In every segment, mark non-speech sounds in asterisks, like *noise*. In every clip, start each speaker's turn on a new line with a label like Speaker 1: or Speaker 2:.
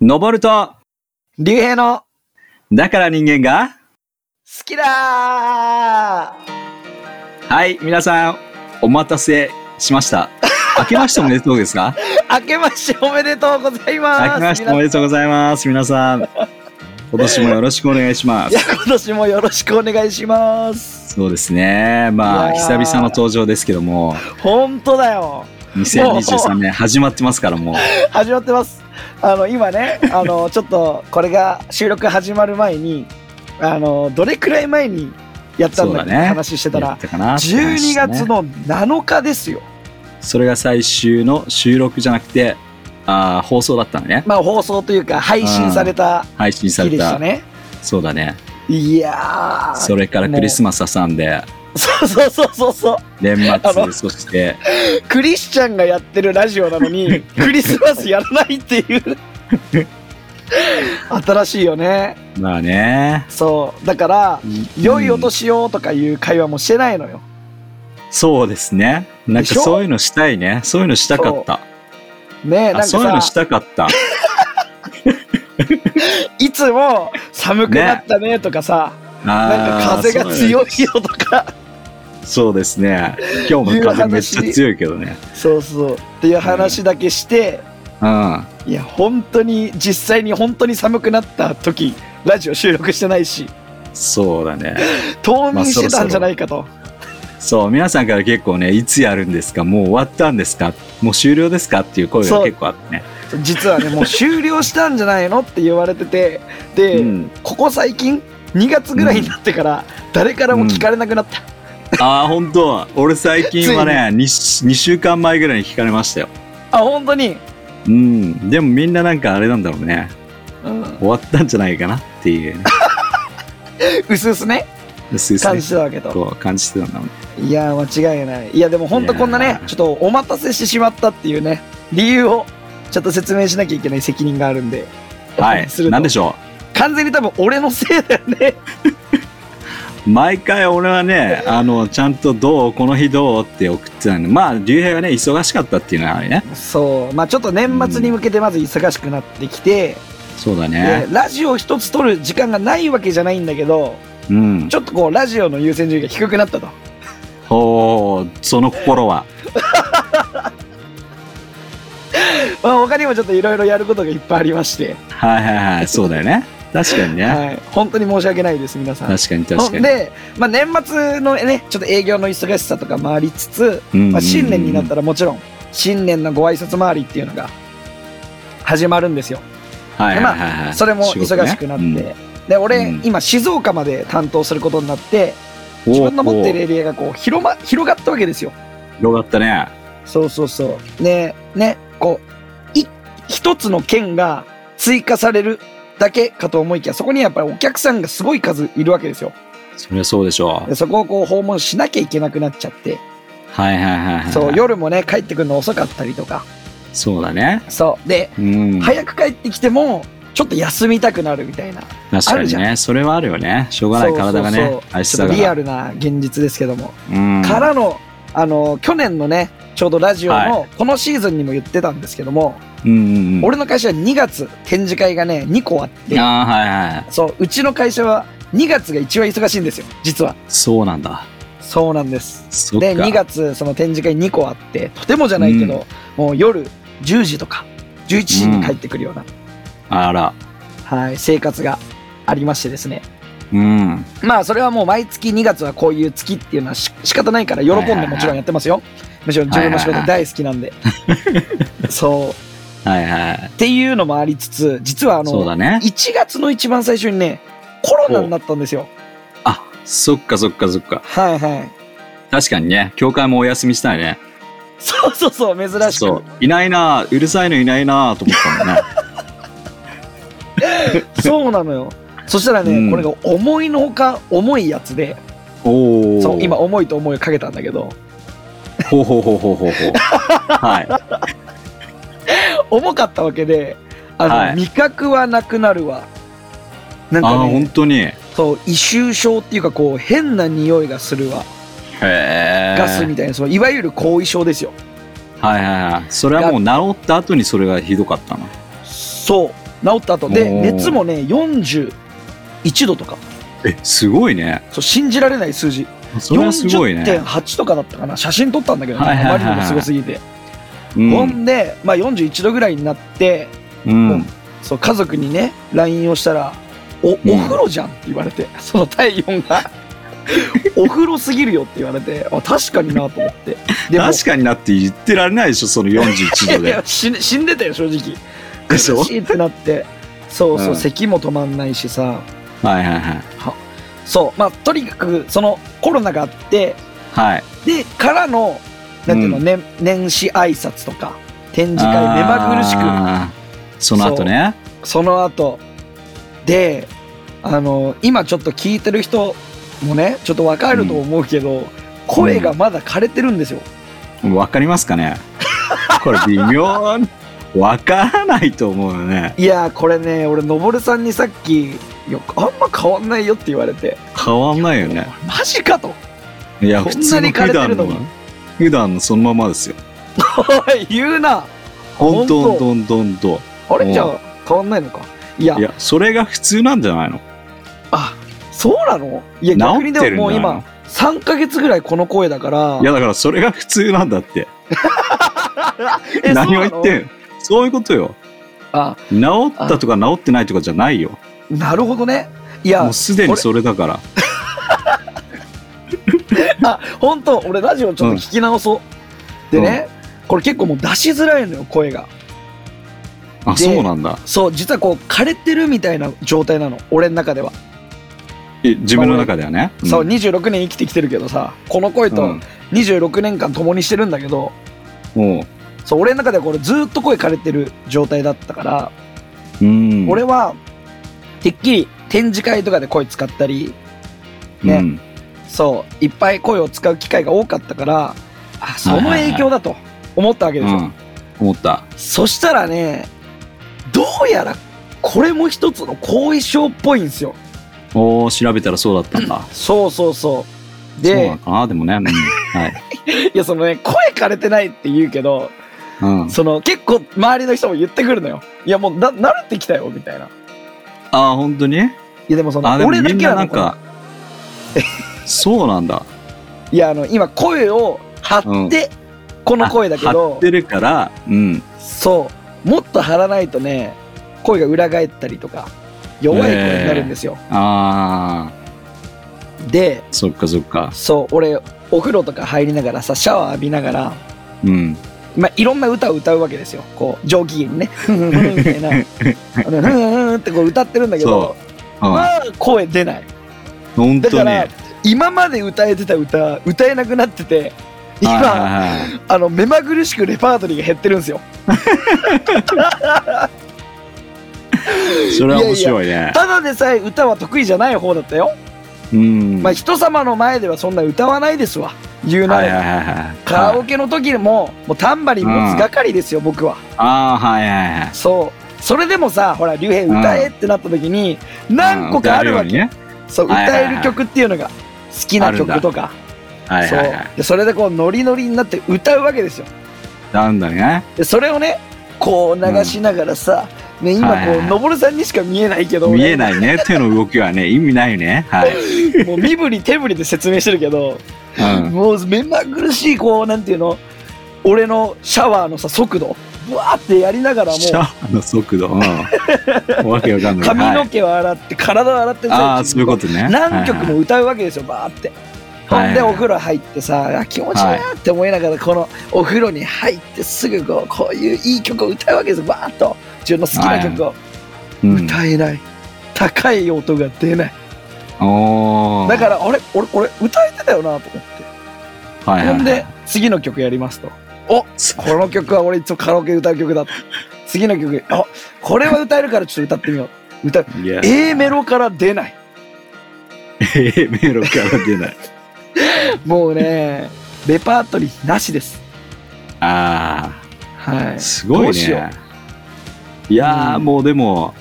Speaker 1: 登ると、
Speaker 2: 竜兵の
Speaker 1: だから人間が、
Speaker 2: 好きだー
Speaker 1: はい、皆さん、お待たせしま
Speaker 2: *laughs*
Speaker 1: した。明けましておめでとうですか
Speaker 2: 明けましておめでとうございます
Speaker 1: 明けましておめでとうございます。皆さん、今年もよろしくお願いしま
Speaker 2: いや
Speaker 1: す。
Speaker 2: 今年もよろしくお願いします
Speaker 1: そうですね。まあ、
Speaker 2: いや
Speaker 1: 久
Speaker 2: ー
Speaker 1: 々の登場ですけども、
Speaker 2: 本当だよ
Speaker 1: 2023年始まってますから、もう。
Speaker 2: 始まってますあの今ねあ
Speaker 1: *laughs*
Speaker 2: のちょっとこれが収録始まる前にあのどれくらい前にやったんだ
Speaker 1: そ
Speaker 2: っ
Speaker 1: う
Speaker 2: て
Speaker 1: だね
Speaker 2: 話してた
Speaker 1: や
Speaker 2: ら、
Speaker 1: ったかなって話
Speaker 2: 12
Speaker 1: ね
Speaker 2: 月の7日ですよ
Speaker 1: それが最終の収録じゃなくて、あー放送だったのね。
Speaker 2: まあ放送というか配信された
Speaker 1: 配信さ
Speaker 2: 日
Speaker 1: れ。
Speaker 2: でしたたね
Speaker 1: そうだね。
Speaker 2: いやー
Speaker 1: それからクリスマス挟んで、
Speaker 2: そうそうそうそうそう
Speaker 1: 年
Speaker 2: あ
Speaker 1: 末
Speaker 2: の
Speaker 1: そして、
Speaker 2: クリスチャンがやってるラジオなのに
Speaker 1: *laughs*
Speaker 2: クリスマスやらないっていう新しいよね
Speaker 1: まあね。
Speaker 2: そうだから良いお年をとかいう会話もしてないのよ
Speaker 1: そうですね。なん
Speaker 2: で
Speaker 1: か
Speaker 2: しょ
Speaker 1: そういうのしたいね。そういうのしたかった。
Speaker 2: ねえなん
Speaker 1: あ
Speaker 2: か
Speaker 1: そういうの
Speaker 2: さ
Speaker 1: したかった。
Speaker 2: いつも寒くなったねとかさ、なんか
Speaker 1: あー
Speaker 2: 風が強いよとか
Speaker 1: そうですね。今日も風めっちゃ強いけどね。
Speaker 2: そうそうっていう話だけして、
Speaker 1: うん。
Speaker 2: いや本当に実際に本当に寒くなった時ラジオ収録してないし
Speaker 1: そうだね。
Speaker 2: 冬眠してたんじゃないかと、
Speaker 1: そう、皆さんから結構ね、いつやるんですかもう終わったんですかもう終了ですかっていう声が
Speaker 2: そう
Speaker 1: 結構あってね。
Speaker 2: 実はねもう終了したんじゃないのって言われててで、
Speaker 1: うん、
Speaker 2: ここ最近2月ぐらいになってから誰からも聞かれなくなった、
Speaker 1: ああ、本当俺最近はね2、2週間前ぐらいに聞かれましたよ。
Speaker 2: あ本当に、
Speaker 1: うん。でもみんななんかあれなんだろうね。
Speaker 2: うん、
Speaker 1: 終わったんじゃないかなっていう
Speaker 2: *laughs*
Speaker 1: ね。
Speaker 2: うすうすね
Speaker 1: うすうす
Speaker 2: 感
Speaker 1: ね
Speaker 2: じてたわけと
Speaker 1: こう感じてたんだろうね。
Speaker 2: いやー間違いないいやでも本当こんない
Speaker 1: や
Speaker 2: ね
Speaker 1: ー
Speaker 2: ちょっとお待たせしてしまったっていうね理由をちょっと説明しなきゃいけない責任があるんで
Speaker 1: はい。なんでし
Speaker 2: ょ
Speaker 1: ょ
Speaker 2: う完全に多分俺のせいだよね
Speaker 1: う。毎回俺はね、あの、ちゃんとどう、この日どうって送ってたんで、まあ、竜兵がね、忙しかったっていうのはあれね。
Speaker 2: そうまあちょっと年末に向けてまず忙しくなってきて、
Speaker 1: そうだ
Speaker 2: で
Speaker 1: ね。
Speaker 2: ラジオ一つ撮る時間がないわけじゃないんだけど
Speaker 1: うん
Speaker 2: ち。ょっとこうラジオの優先順位が低くなったと
Speaker 1: ほう、その心は。
Speaker 2: まあ、他にもちょっといろいろやることがいっぱいありまして、
Speaker 1: はいはいはい。そうだよね。確かにね。
Speaker 2: はい、本当に申し訳ないです、皆さん。
Speaker 1: 確かに確かに。
Speaker 2: で、まあ、年末のね、ちょっと営業の忙しさとかもありつつ、
Speaker 1: うん
Speaker 2: まあ、新年になったらもちろん、新年のご挨拶回りっていうのが始まるんですよ。
Speaker 1: はいはいはいはい。
Speaker 2: それも
Speaker 1: 仕事ね
Speaker 2: 忙しくなって。
Speaker 1: うん
Speaker 2: で、俺、
Speaker 1: うん
Speaker 2: 今、静岡まで担当することになって、自分の持ってるエリアがこう広,、ま、広がったわけですよ。
Speaker 1: おお広がったね。
Speaker 2: そうそうそう。ね、ね、こう、い、一つの県が追加されるだけかと思いきや、そこにやっぱりお客さんがすごい数いるわけですよ。
Speaker 1: そりゃそうでしょう
Speaker 2: で。そこをこう訪問しなきゃいけなくなっちゃって、
Speaker 1: はいはいはいはい。
Speaker 2: そう、夜もね、帰ってくるの遅かったりとか、
Speaker 1: そうだね。
Speaker 2: そう。で、
Speaker 1: うん。
Speaker 2: 早く帰ってきても、ちょっと休みたくなるみたいな。
Speaker 1: 確
Speaker 2: あ
Speaker 1: か
Speaker 2: る
Speaker 1: に
Speaker 2: じゃ
Speaker 1: ね。それはあるよね。しょうがない体が
Speaker 2: そう
Speaker 1: ね
Speaker 2: そう。
Speaker 1: あれし
Speaker 2: そうちょ
Speaker 1: た
Speaker 2: っ
Speaker 1: か
Speaker 2: と
Speaker 1: ら。
Speaker 2: リアルな現実ですけども。
Speaker 1: うん。
Speaker 2: からの、あの、去年のね、ちょうどラジオの、このシーズンにも言ってたんですけども、
Speaker 1: うんうんうん。
Speaker 2: 俺の会社は2月展示会がね、2個あって、
Speaker 1: ああ、はいはい。
Speaker 2: そう、うちの会社は2月が一番忙しいんですよ、実は。
Speaker 1: そうなんだ。
Speaker 2: そうなんです。
Speaker 1: そっか。
Speaker 2: で、2月、その展示会2個あって、とてもじゃないけど、もう夜10時とか、11時に帰ってくるような、
Speaker 1: あら。
Speaker 2: はい、生活がありましてですね。
Speaker 1: うん。
Speaker 2: まあ、それはもう毎月2月はこういう月っていうのはし仕方ないから、喜んでもちろんやってますよ。むしろ自分の仕事大好きな
Speaker 1: *laughs*
Speaker 2: んで。そう。
Speaker 1: はいはい。
Speaker 2: っていうのもありつつ、実はあ
Speaker 1: そう
Speaker 2: の、
Speaker 1: だね。
Speaker 2: 1月の一番最初にね、コロナになったんですよ。
Speaker 1: あ、そっかそっかそっか。
Speaker 2: はいはい。
Speaker 1: 確かにね、教会もお休みしたいね。
Speaker 2: そうそうそう、珍しく。
Speaker 1: そう。いないな、うるさいのいないなと思った
Speaker 2: *laughs*
Speaker 1: もんね。
Speaker 2: そうなのよ。そしたらね、
Speaker 1: うん
Speaker 2: これが思いのほか重いやつで、
Speaker 1: おお。
Speaker 2: そう今、重いと思いをかけたんだけど、
Speaker 1: ほうほうほうほうほうほう。
Speaker 2: *laughs*
Speaker 1: はい。
Speaker 2: 重かったわけで、あの、
Speaker 1: はい
Speaker 2: 味覚はなくなるわ。なん
Speaker 1: ああ
Speaker 2: か
Speaker 1: ー、
Speaker 2: ね
Speaker 1: 本、当に。へ
Speaker 2: そう、異臭症っていうか、こう、変な匂いがするわ。
Speaker 1: え。
Speaker 2: ガスみたいな、そのいわゆる後遺症ですよ。
Speaker 1: はいはいはい。それはもう治った後にそれがひどかったの。
Speaker 2: そう。治った後で
Speaker 1: おー
Speaker 2: 熱もね41度とか
Speaker 1: え、すごいね。
Speaker 2: そう信じられない数字
Speaker 1: それはすごいね。
Speaker 2: 40.8とかだったかな写真撮ったんだけど、ね
Speaker 1: はいはいはい
Speaker 2: あまりにもすごすぎて、
Speaker 1: う
Speaker 2: ほんで、まあ、41度ぐらいになって
Speaker 1: うん。
Speaker 2: そう家族にね LINE をしたら「おお
Speaker 1: ん
Speaker 2: 風呂じゃん」って言われて、その体
Speaker 1: *laughs*
Speaker 2: 温がお風呂すぎるよって言われてあ確かになと思ってでも
Speaker 1: 確かになって言ってられないでしょ、その41度
Speaker 2: いやい
Speaker 1: で
Speaker 2: や。死ん死んでたよ正直
Speaker 1: でしょ
Speaker 2: 苦しいってなってそうそう、
Speaker 1: うん
Speaker 2: 咳も止まんないしさ
Speaker 1: はいはいはい。
Speaker 2: そうまあとにかくそのコロナがあって
Speaker 1: はい。
Speaker 2: でからのなんていうの、
Speaker 1: うん
Speaker 2: ね年始挨拶とか展示会目まぐるしく
Speaker 1: あーその後ね。
Speaker 2: その後であの今ちょっと聞いてる人もねちょっと分かると思うけど、声がまだ枯れてるんですよ、
Speaker 1: わかりますか
Speaker 2: *laughs*
Speaker 1: ねこれ微妙。わからないと思うよね。
Speaker 2: いやーこれね俺のぼるさんにさっきよあんま変わんないよって言われて
Speaker 1: 変わんないよね。
Speaker 2: マジかと
Speaker 1: いや、
Speaker 2: こん
Speaker 1: 普
Speaker 2: なに
Speaker 1: 通の普
Speaker 2: 枯れてる
Speaker 1: 段
Speaker 2: の
Speaker 1: の
Speaker 2: に、
Speaker 1: 普段のそのままですよ。
Speaker 2: おい言うな
Speaker 1: ほんと
Speaker 2: 本
Speaker 1: ん
Speaker 2: 当
Speaker 1: どんどんどん。
Speaker 2: あれじゃ
Speaker 1: う
Speaker 2: あ変わんないのかいや
Speaker 1: いや、それが普通なんじゃないの
Speaker 2: あそうなのいや逆
Speaker 1: 治
Speaker 2: に
Speaker 1: っ
Speaker 2: で
Speaker 1: てるん
Speaker 2: ももう
Speaker 1: じゃない
Speaker 2: 今
Speaker 1: の
Speaker 2: 3ヶ月ぐらいこの声だから
Speaker 1: いや、だからそれが普通なんだって。
Speaker 2: え
Speaker 1: 何を
Speaker 2: そうな
Speaker 1: 言
Speaker 2: の
Speaker 1: ってんそういうことよ。
Speaker 2: あ
Speaker 1: 治ったとか治ってないとかじゃないよ。
Speaker 2: なるほどねいや
Speaker 1: もうすでにそれだから。
Speaker 2: あ本当俺ラジオちょっと聞き直そう、でねこれ結構もう出しづらいのよ声が
Speaker 1: あ、
Speaker 2: で
Speaker 1: そうなんだ。
Speaker 2: そう実はこう枯れてるみたいな状態なの俺の中では、
Speaker 1: え自分の中ではね。
Speaker 2: そう
Speaker 1: うん
Speaker 2: 26年生きてきてるけどさこの声
Speaker 1: う
Speaker 2: と
Speaker 1: ん
Speaker 2: 26年間共にしてるんだけど、
Speaker 1: も
Speaker 2: そう俺の中ではこれずっと声枯れてる状態だったから、
Speaker 1: う、うん。
Speaker 2: 俺はてっきり展示会とかで声使ったりね
Speaker 1: うん
Speaker 2: そういっぱい声を使う機会が多かったからあその影響だと思ったわけ
Speaker 1: う
Speaker 2: ですよ、
Speaker 1: ん。思った。
Speaker 2: そしたらねどうやらこれも一つの後遺症っぽいんですよ
Speaker 1: おー、調べたらそうだったんだ。
Speaker 2: そうそうそう
Speaker 1: そうな
Speaker 2: で
Speaker 1: のかなでもね。うんはい。
Speaker 2: いやそのね声枯れてないって言うけど
Speaker 1: うん。
Speaker 2: その結構周りの人も言ってくるのよいやもうな慣れてきたよみたいない
Speaker 1: あー、本当に
Speaker 2: やでもその
Speaker 1: あ、でもみ
Speaker 2: 俺だ
Speaker 1: ん
Speaker 2: け
Speaker 1: な
Speaker 2: は
Speaker 1: なん
Speaker 2: *laughs*
Speaker 1: か、そうなんだ。
Speaker 2: いやあの今声を張って、この声だけ
Speaker 1: 張
Speaker 2: ど
Speaker 1: ってるから、うん。
Speaker 2: そうもっと張らないとね声が裏返ったりとか弱い声になるんですよ、
Speaker 1: あ
Speaker 2: で
Speaker 1: ー、そっかそっか。
Speaker 2: そう俺お風呂とか入りながらさシャワー浴びながら、
Speaker 1: うん。
Speaker 2: まあ、いろんな歌を歌うわけですよこう上機嫌にね「ふんふんふん」みたいな「ふんふん」ってこう歌ってるんだけど
Speaker 1: そうん。
Speaker 2: まあ声出ない
Speaker 1: 本
Speaker 2: だ
Speaker 1: 当
Speaker 2: か
Speaker 1: に。
Speaker 2: ら今まで歌えてた歌歌えなくなってて
Speaker 1: はいはい
Speaker 2: 今
Speaker 1: はい
Speaker 2: あの目まぐるしくレパートリーが減ってるんですよ
Speaker 1: それは面白いね。
Speaker 2: ただでさえ歌は得意じゃない方だったよ
Speaker 1: うん。
Speaker 2: まあ
Speaker 1: はい
Speaker 2: 人様の前ではそんな歌わないですわ言うな
Speaker 1: はい
Speaker 2: れば、
Speaker 1: はいはい。
Speaker 2: カラオケの時ももうタンバリン持つ係ですよ、僕は
Speaker 1: ああ、はいはいはい。
Speaker 2: そうそれでもさほら竜兵歌えってなった時に何個かあるわ
Speaker 1: うん歌え
Speaker 2: け、
Speaker 1: るようにね。
Speaker 2: そう
Speaker 1: はいはい
Speaker 2: 歌
Speaker 1: はい
Speaker 2: える曲っていうのが好きな曲とか
Speaker 1: はい
Speaker 2: そ
Speaker 1: は
Speaker 2: う
Speaker 1: いはい。
Speaker 2: でそれでこうノリノリになって歌うわけですよ
Speaker 1: なんだね。
Speaker 2: でそれをねこう流しながらさ、ね、今
Speaker 1: はい
Speaker 2: こ
Speaker 1: はいうはい
Speaker 2: のぼるさんにしか見えないけど
Speaker 1: 見え
Speaker 2: い
Speaker 1: ない
Speaker 2: *laughs*
Speaker 1: ね。手の動きはね、意味ないね。はい。
Speaker 2: もう身振り手振りで説明してるけど
Speaker 1: うん。
Speaker 2: もう目まぐるしいこうなんていうの俺のシャワーのさ速度ぶわーってやりながらも
Speaker 1: シャワーの速度。うん。わけわかん
Speaker 2: う
Speaker 1: ない。
Speaker 2: 髪
Speaker 1: は
Speaker 2: の
Speaker 1: い
Speaker 2: 毛を洗って体を洗ってる最中に
Speaker 1: ああ、そういうことね。
Speaker 2: 何曲
Speaker 1: はい
Speaker 2: も歌うわけですよバーって。ほ
Speaker 1: はい
Speaker 2: んでお風呂入ってさあ気持ちいいなって思いながらこのお風呂に入ってすぐこうこういういい曲を歌うわけですよバーッと自分の好きな曲を
Speaker 1: はい
Speaker 2: 歌えない高い音が出ない
Speaker 1: うん。おー
Speaker 2: だからあれ俺これ歌えてたよなと思って
Speaker 1: はいはい
Speaker 2: ほ
Speaker 1: はい
Speaker 2: んで次の曲やりますとおこの曲は俺いつもカラオケで歌う曲だと次の曲あこれは歌えるからちょっと歌ってみよう歌う
Speaker 1: いや
Speaker 2: A メロから出ない
Speaker 1: A メロから出ない。
Speaker 2: もうねレパートリーなしです
Speaker 1: あ
Speaker 2: は
Speaker 1: あ、
Speaker 2: い
Speaker 1: すご
Speaker 2: ど
Speaker 1: いう
Speaker 2: しよ
Speaker 1: ね。いやー、
Speaker 2: うん
Speaker 1: もうでも、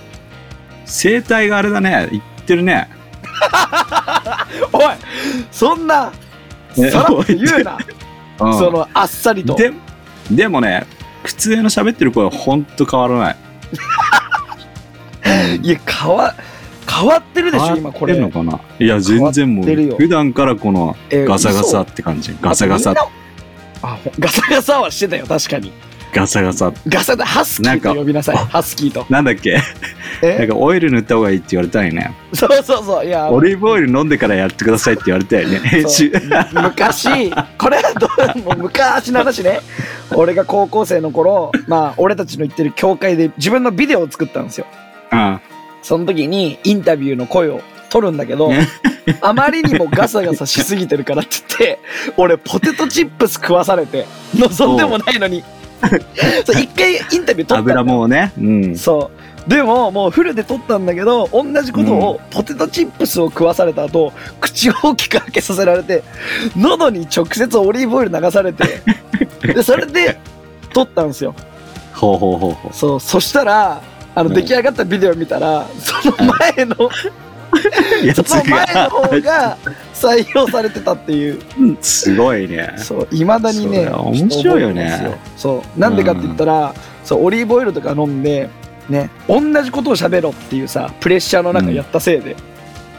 Speaker 1: 生態があれだね。言ってるね。
Speaker 2: おいそんな
Speaker 1: ね
Speaker 2: さらっと言うな、
Speaker 1: うん
Speaker 2: そのあっさりと
Speaker 1: ででもね普通の喋ってる声はほんと変わらない
Speaker 2: いや、変わ、変わってるでしょ、
Speaker 1: 変
Speaker 2: 今
Speaker 1: わっ
Speaker 2: こ
Speaker 1: て
Speaker 2: れ
Speaker 1: る。のかないや全然も
Speaker 2: 変わってる
Speaker 1: う
Speaker 2: よ
Speaker 1: 普段からこの
Speaker 2: えー
Speaker 1: ガサガ。サ
Speaker 2: 嘘
Speaker 1: って感じガサガサ
Speaker 2: あみんなあほガサガサはしてたよ、確かに。
Speaker 1: ガサガサ
Speaker 2: ガサで、ハスキ
Speaker 1: なん
Speaker 2: ー
Speaker 1: か
Speaker 2: と呼びなさい。ハスキーと。
Speaker 1: なんだっけなん
Speaker 2: え
Speaker 1: かオイル塗った方がいいって言われたよね
Speaker 2: そうそうそう。いや、
Speaker 1: オリーブオイル飲んでからやってくださいって言われたよね編集
Speaker 2: 昔、これはどうもう昔の話ね。俺が高校生の頃、まあ、俺たちの行ってる教会で自分のビデオを作ったんですよ。
Speaker 1: あ
Speaker 2: その時にインタビューの声を取るんだけど、あまりにもガサガサしすぎてるからって言って、俺ポテトチップス食わされて、望んでもないのに。そう一回インタビュー取ったんだ
Speaker 1: 油もうねうん
Speaker 2: そう。でも、もうフルで撮ったんだけど、同じことをポテトチップスを食わされた後、口を大きく開けさせられて、喉に直接オリーブオイル流されて、で、それで撮ったんですよ。
Speaker 1: ほうほうほうほう
Speaker 2: そう。そしたら、あの、
Speaker 1: うん
Speaker 2: 出来上がったビデオ見たら、その前の、
Speaker 1: やつ
Speaker 2: その前の
Speaker 1: が
Speaker 2: 方が採用されてたっていう、 *laughs*
Speaker 1: すごいね
Speaker 2: そう、いまだに
Speaker 1: そうだ
Speaker 2: ね、
Speaker 1: よ面白いよね
Speaker 2: 覚えてますよ。そう。なんでかって言ったら、そう、オリーブオイルとか飲んで、ね、同じことを喋ろうっていうさプレッシャーの中やったせいで、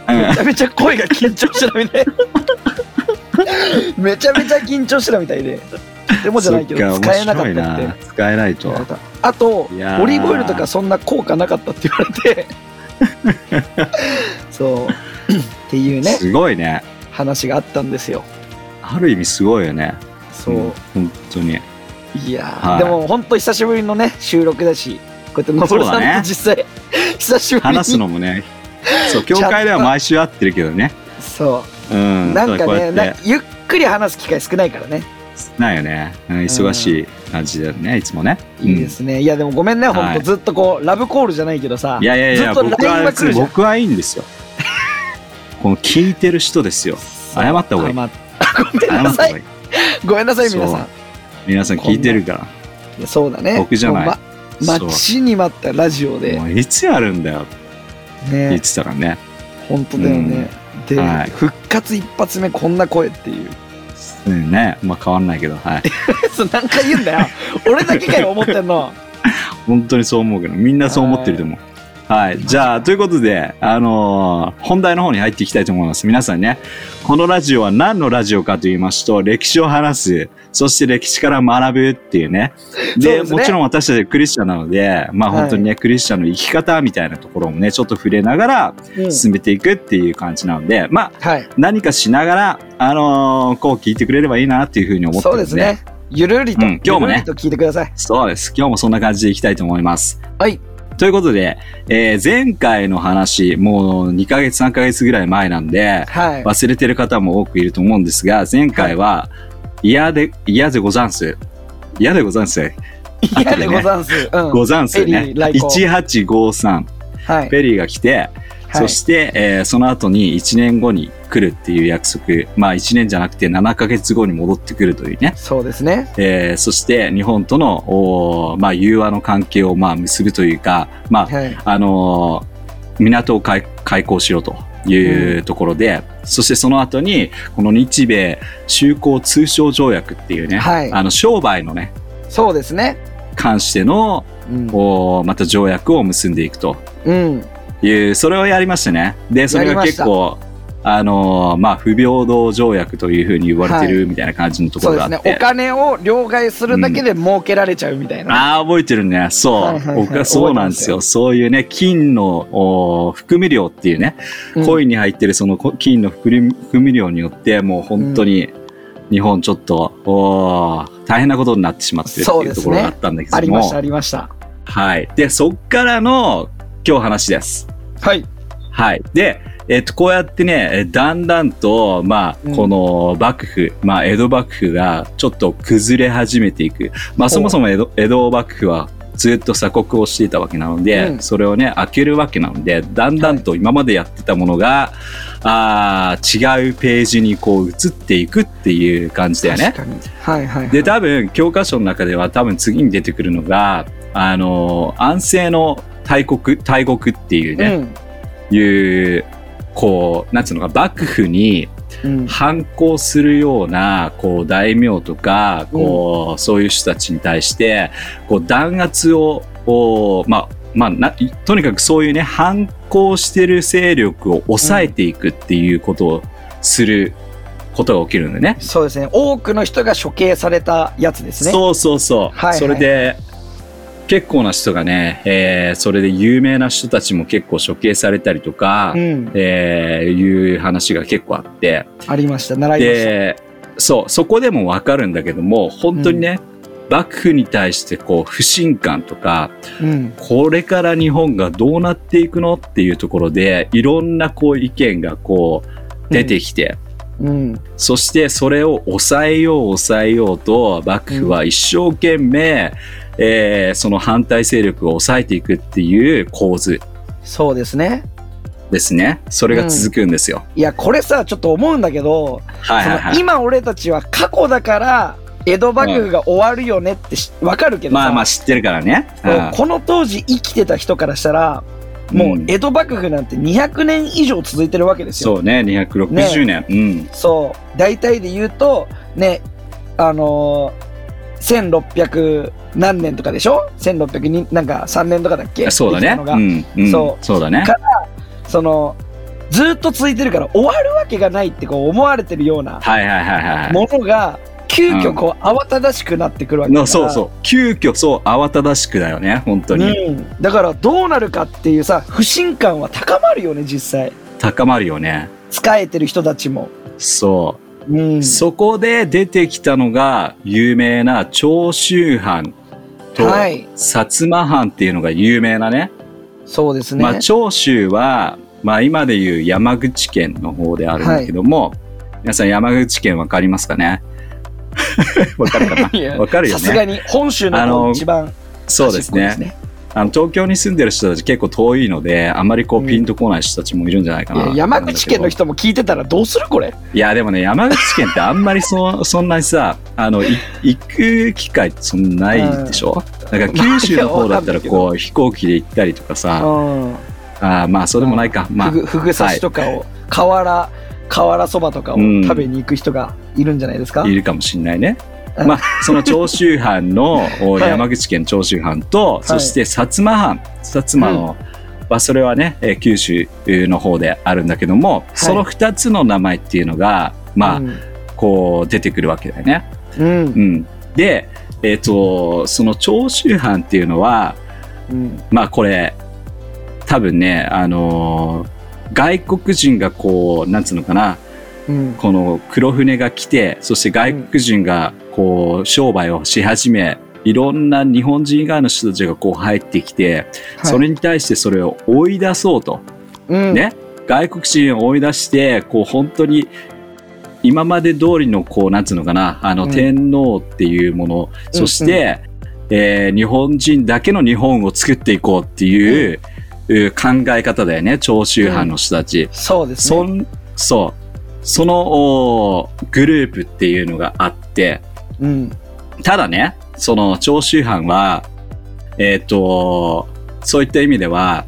Speaker 2: めちゃめちゃ声が緊張してたみ
Speaker 1: *laughs*
Speaker 2: たいめちゃめちゃ緊張してたみたいででもじゃないけど
Speaker 1: そっ
Speaker 2: 使えなかったっ
Speaker 1: 面白い
Speaker 2: て
Speaker 1: な使えないと
Speaker 2: 言われたあとオ
Speaker 1: いやー
Speaker 2: リーブオイルとかそんな効果なかったって言われ
Speaker 1: *laughs*
Speaker 2: てそうっていうね
Speaker 1: すごいね
Speaker 2: 話があったんですよ
Speaker 1: ある意味すごいよね
Speaker 2: そう、
Speaker 1: ん本当に
Speaker 2: いやー、
Speaker 1: はい
Speaker 2: でも本当久しぶりのね収録だしこうやってのぼるさ
Speaker 1: そうだ
Speaker 2: ん
Speaker 1: ね
Speaker 2: と実際、 *laughs* 久しぶりに
Speaker 1: 話すのもね
Speaker 2: *laughs*
Speaker 1: そう教会では毎週会ってるけどね
Speaker 2: そうう、
Speaker 1: ん
Speaker 2: なん
Speaker 1: ただ
Speaker 2: か
Speaker 1: こうや
Speaker 2: ね
Speaker 1: って
Speaker 2: なゆっくり話す機会少ないからね
Speaker 1: ないよね、うん忙しい感じだよねいつもね
Speaker 2: いいですね、いやでもごめんねほんと、
Speaker 1: はい
Speaker 2: ずっとこうラブコールじゃないけどさ
Speaker 1: うんいやいやいや
Speaker 2: ずっと
Speaker 1: 僕
Speaker 2: LINE
Speaker 1: は
Speaker 2: が来るじゃん
Speaker 1: 僕はいいん
Speaker 2: *laughs*
Speaker 1: ですよこの聞いてる人ですよ
Speaker 2: そう
Speaker 1: 謝った方がいい
Speaker 2: 謝っごめん
Speaker 1: 謝
Speaker 2: な
Speaker 1: った
Speaker 2: さ
Speaker 1: 方が
Speaker 2: い
Speaker 1: いい
Speaker 2: ごめんなさい皆
Speaker 1: そ
Speaker 2: さ
Speaker 1: うん皆さん聞いてるから
Speaker 2: いやそうだね
Speaker 1: 僕じゃない
Speaker 2: もうま
Speaker 1: そう
Speaker 2: 待ちに待ったラジオで
Speaker 1: もういつやるんだよって言っ
Speaker 2: ね
Speaker 1: てたらね
Speaker 2: 本当だよね、で、
Speaker 1: はい
Speaker 2: 復活一発目こんな声っていう
Speaker 1: うんねまあ変わんないけどはい
Speaker 2: そう何回言うん
Speaker 1: *laughs*
Speaker 2: だよ俺だけかよ思ってんの
Speaker 1: 本当にそう思うけどみんなそう思ってると思う。はい、じゃあということで、あのー本題の方に入っていきたいと思います皆さんねこのラジオは何のラジオかと言いますと歴史を話すそして歴史から学ぶっていうね
Speaker 2: そう
Speaker 1: で
Speaker 2: ですね
Speaker 1: もちろん私たちクリスチャンなのでまあ本当にね、クリスチャンの生き方みたいなところもねちょっと触れながら
Speaker 2: うん
Speaker 1: 進めていくっていう感じなので、まあ
Speaker 2: はい
Speaker 1: 何かしながらあのーこう聞いてくれればいいなっていうふうに思って
Speaker 2: そ
Speaker 1: る
Speaker 2: う
Speaker 1: で
Speaker 2: んですねゆるりと、
Speaker 1: うん今日もね
Speaker 2: ゆるりと聞いてください
Speaker 1: そうです今日もそんな感じでいきたいと思います
Speaker 2: はい
Speaker 1: ということで、えー前回の話、もう2ヶ月、3ヶ月ぐらい前なんで、
Speaker 2: はい
Speaker 1: 忘れてる方も多くいると思うんですが、前回は、嫌で、嫌でござんす。嫌でござんす。
Speaker 2: 嫌でござんす、うん
Speaker 1: ござんす
Speaker 2: ペ
Speaker 1: ね
Speaker 2: リ。ー来航
Speaker 1: 1853。
Speaker 2: はい
Speaker 1: ペリーが来て、
Speaker 2: はい
Speaker 1: そして、えーその後に1年後に来るっていう約束。まあ1年じゃなくて7ヶ月後に戻ってくるというね。
Speaker 2: そうですね
Speaker 1: えーそして日本との、おーまあ融和の関係をまあ結ぶというか、まあ
Speaker 2: はい
Speaker 1: あのー港を開開港しろというところで、そしてその後にこの日米修好通商条約っていうね、
Speaker 2: はい
Speaker 1: あの商売のね
Speaker 2: そうですね
Speaker 1: 関しての
Speaker 2: うん
Speaker 1: こうまた条約を結んでいくと
Speaker 2: うん
Speaker 1: いうそれをやりましたねでそれ
Speaker 2: やり
Speaker 1: が
Speaker 2: まし
Speaker 1: 結
Speaker 2: た
Speaker 1: 構あのーまあ不平等条約というふうに言われて
Speaker 2: は
Speaker 1: るみたいな感じのとこ
Speaker 2: そう
Speaker 1: ろ
Speaker 2: で
Speaker 1: があ
Speaker 2: す
Speaker 1: って、
Speaker 2: ねお金を両替するだけで儲けられちゃうみたいな、
Speaker 1: ああ、覚えてるね。そう。
Speaker 2: はいはいはい
Speaker 1: 僕はそうなんですよ。そういうね、金のおー含み量っていうね、
Speaker 2: うん
Speaker 1: コインに入ってるそのこ金の含み含み量によって、もう本当に日本ちょっと、おー大変なことになってしまってるって
Speaker 2: そう
Speaker 1: い
Speaker 2: で
Speaker 1: う
Speaker 2: す
Speaker 1: と
Speaker 2: ね
Speaker 1: ころがあったんだけ
Speaker 2: あ
Speaker 1: ど
Speaker 2: り
Speaker 1: も。
Speaker 2: ましたありました
Speaker 1: はい。で、そっからの今日話です。
Speaker 2: はい
Speaker 1: はい。で、えっと、こうやってね、えだんだんと、ま
Speaker 2: う
Speaker 1: あ、
Speaker 2: ん
Speaker 1: この幕府、まあ、江戸幕府がちょっと崩れ始めていく。まあ、そもそも江戸江戸幕府はずっと鎖国をしていたわけなので、
Speaker 2: うん
Speaker 1: それをね、開けるわけなので、だんだんと今までやってたものが、ああ、違うページにこう移っていくっていう感じだよね
Speaker 2: 確。かにはいはい、はい、
Speaker 1: で、多分、教科書の中では多分次に出てくるのが、あの、安政の大国、大国っていうね、いう、こう、なんつうのか、幕府に
Speaker 2: うん、うん、
Speaker 1: 反抗するような、こう、大名とか、こう、そういう人たちに対して、こう、弾圧を、こうまあ、まあ、ないとにかくそういうね反抗してる勢力を抑えていくっていうことをすることが起きるんでね。
Speaker 2: そうですね。多くの人が処刑されたやつですね。
Speaker 1: そうそうそう、
Speaker 2: はいはい
Speaker 1: それで結構な人がね、えーそれで有名な人たちも結構処刑されたりとか、
Speaker 2: うん。
Speaker 1: えーいう話が結構あって
Speaker 2: ありました。習いまし
Speaker 1: でそうそこでもわかるんだけども本当にね、幕府に対してこう不信感とか
Speaker 2: た。うん。
Speaker 1: これから日本がどうなっていくのっていうところでいろんなこう意見がこう出てきて、
Speaker 2: うん。
Speaker 1: そしてそれを抑えよう抑えようと幕府は一生懸命、えーその反対勢力を抑えていくっていう構図
Speaker 2: そうですね。
Speaker 1: ですねそれが続くんですよ、
Speaker 2: いや、これさ、ちょっと思うんだけど、
Speaker 1: はいはいは
Speaker 2: その
Speaker 1: い
Speaker 2: 今俺たちは過去だから、江戸幕府が終わるよねってしわかるけどさ、
Speaker 1: まあまあ知ってるからね、
Speaker 2: もうこの当時生きてた人からしたら、もう江戸幕府なんて200年以上続いてるわけですよ。
Speaker 1: そうね260年、うん
Speaker 2: そう。大体で言うと、ね、あのー1600何年とかでしょ ?1600 に、なんか3年とかだっけ
Speaker 1: そうだ
Speaker 2: 生き
Speaker 1: ね
Speaker 2: たのが
Speaker 1: うん、うん、
Speaker 2: そ
Speaker 1: そうだね
Speaker 2: かその、ずーっと続いてるから終わるわけがないってこう思われてるような
Speaker 1: はいはいはいはいはい
Speaker 2: ものが、急
Speaker 1: う
Speaker 2: 遽
Speaker 1: ん
Speaker 2: こう慌ただしくなってくるわけだから、
Speaker 1: のそうそう急遽そう慌ただしくだよね本当に、
Speaker 2: うん、だからどうなるかっていうさ不信感は高まるよね実際
Speaker 1: 高まるよね
Speaker 2: 使えてる人たちも、
Speaker 1: そう
Speaker 2: うん、
Speaker 1: そこで出てきたのが有名な長州藩と
Speaker 2: はい
Speaker 1: 薩摩藩っていうのが有名なね。
Speaker 2: そうですね、
Speaker 1: まあ長州は、まあ今でいう山口県の方であるんだけども、皆さん山口県わかりますかね *laughs* わかるか
Speaker 2: *laughs* いや
Speaker 1: なわかるよ
Speaker 2: さす
Speaker 1: ね。
Speaker 2: がに本州の
Speaker 1: あの
Speaker 2: 方一番
Speaker 1: そうです
Speaker 2: 端っこ
Speaker 1: ね。あの東京に住んでる人たち結構遠いので、あんまりこ
Speaker 2: う
Speaker 1: うんピンとこない人たちもいるんじゃないか
Speaker 2: い
Speaker 1: な。
Speaker 2: や山口県の人も聞いてたらどうするこれ
Speaker 1: いやでもね山口県ってあんまりそそんなに
Speaker 2: *laughs*
Speaker 1: さあのい行く機会そんなないでしょなんか九州の方だったらこう飛行機で行ったりとか
Speaker 2: う
Speaker 1: さ
Speaker 2: ん
Speaker 1: あーまあそうでもないかまあ
Speaker 2: ふぐふぐ刺しとかを、瓦瓦そばとかを
Speaker 1: うん
Speaker 2: 食べに行く人がいるんじゃないですか、
Speaker 1: いるかもしんないね
Speaker 2: うん
Speaker 1: まあその長州藩
Speaker 2: *laughs*
Speaker 1: のお
Speaker 2: はい
Speaker 1: 山口県長州藩とそして薩摩藩薩摩のまあそれはねえー九州の方であるんだけどもその2つの名前っていうのがま
Speaker 2: う
Speaker 1: あ
Speaker 2: ん
Speaker 1: こう出てくるわけだよね。
Speaker 2: うん
Speaker 1: うん、で、えっとその長州藩っていうのは
Speaker 2: うん
Speaker 1: まあこれ多分ね、あのー外国人がこうなんつうのかな
Speaker 2: うん
Speaker 1: この黒船が来てそして外国人がこう商売をし始め、いろんな日本人以外の人たちがこう入ってきて、それに対してそれを追い出そうと、
Speaker 2: はい
Speaker 1: ね外国人を追い出してこう本当に今まで通りのこうなんつうのかなあの、
Speaker 2: うん
Speaker 1: 天皇っていうものそして、えー日本人だけの日本を作っていこうっていう、う考え方だよね長州藩の人たち。
Speaker 2: そうです
Speaker 1: そ
Speaker 2: ね
Speaker 1: んそうそのおーグループっていうのがあって
Speaker 2: うん
Speaker 1: ただねその長州藩はえっ、とそういった意味では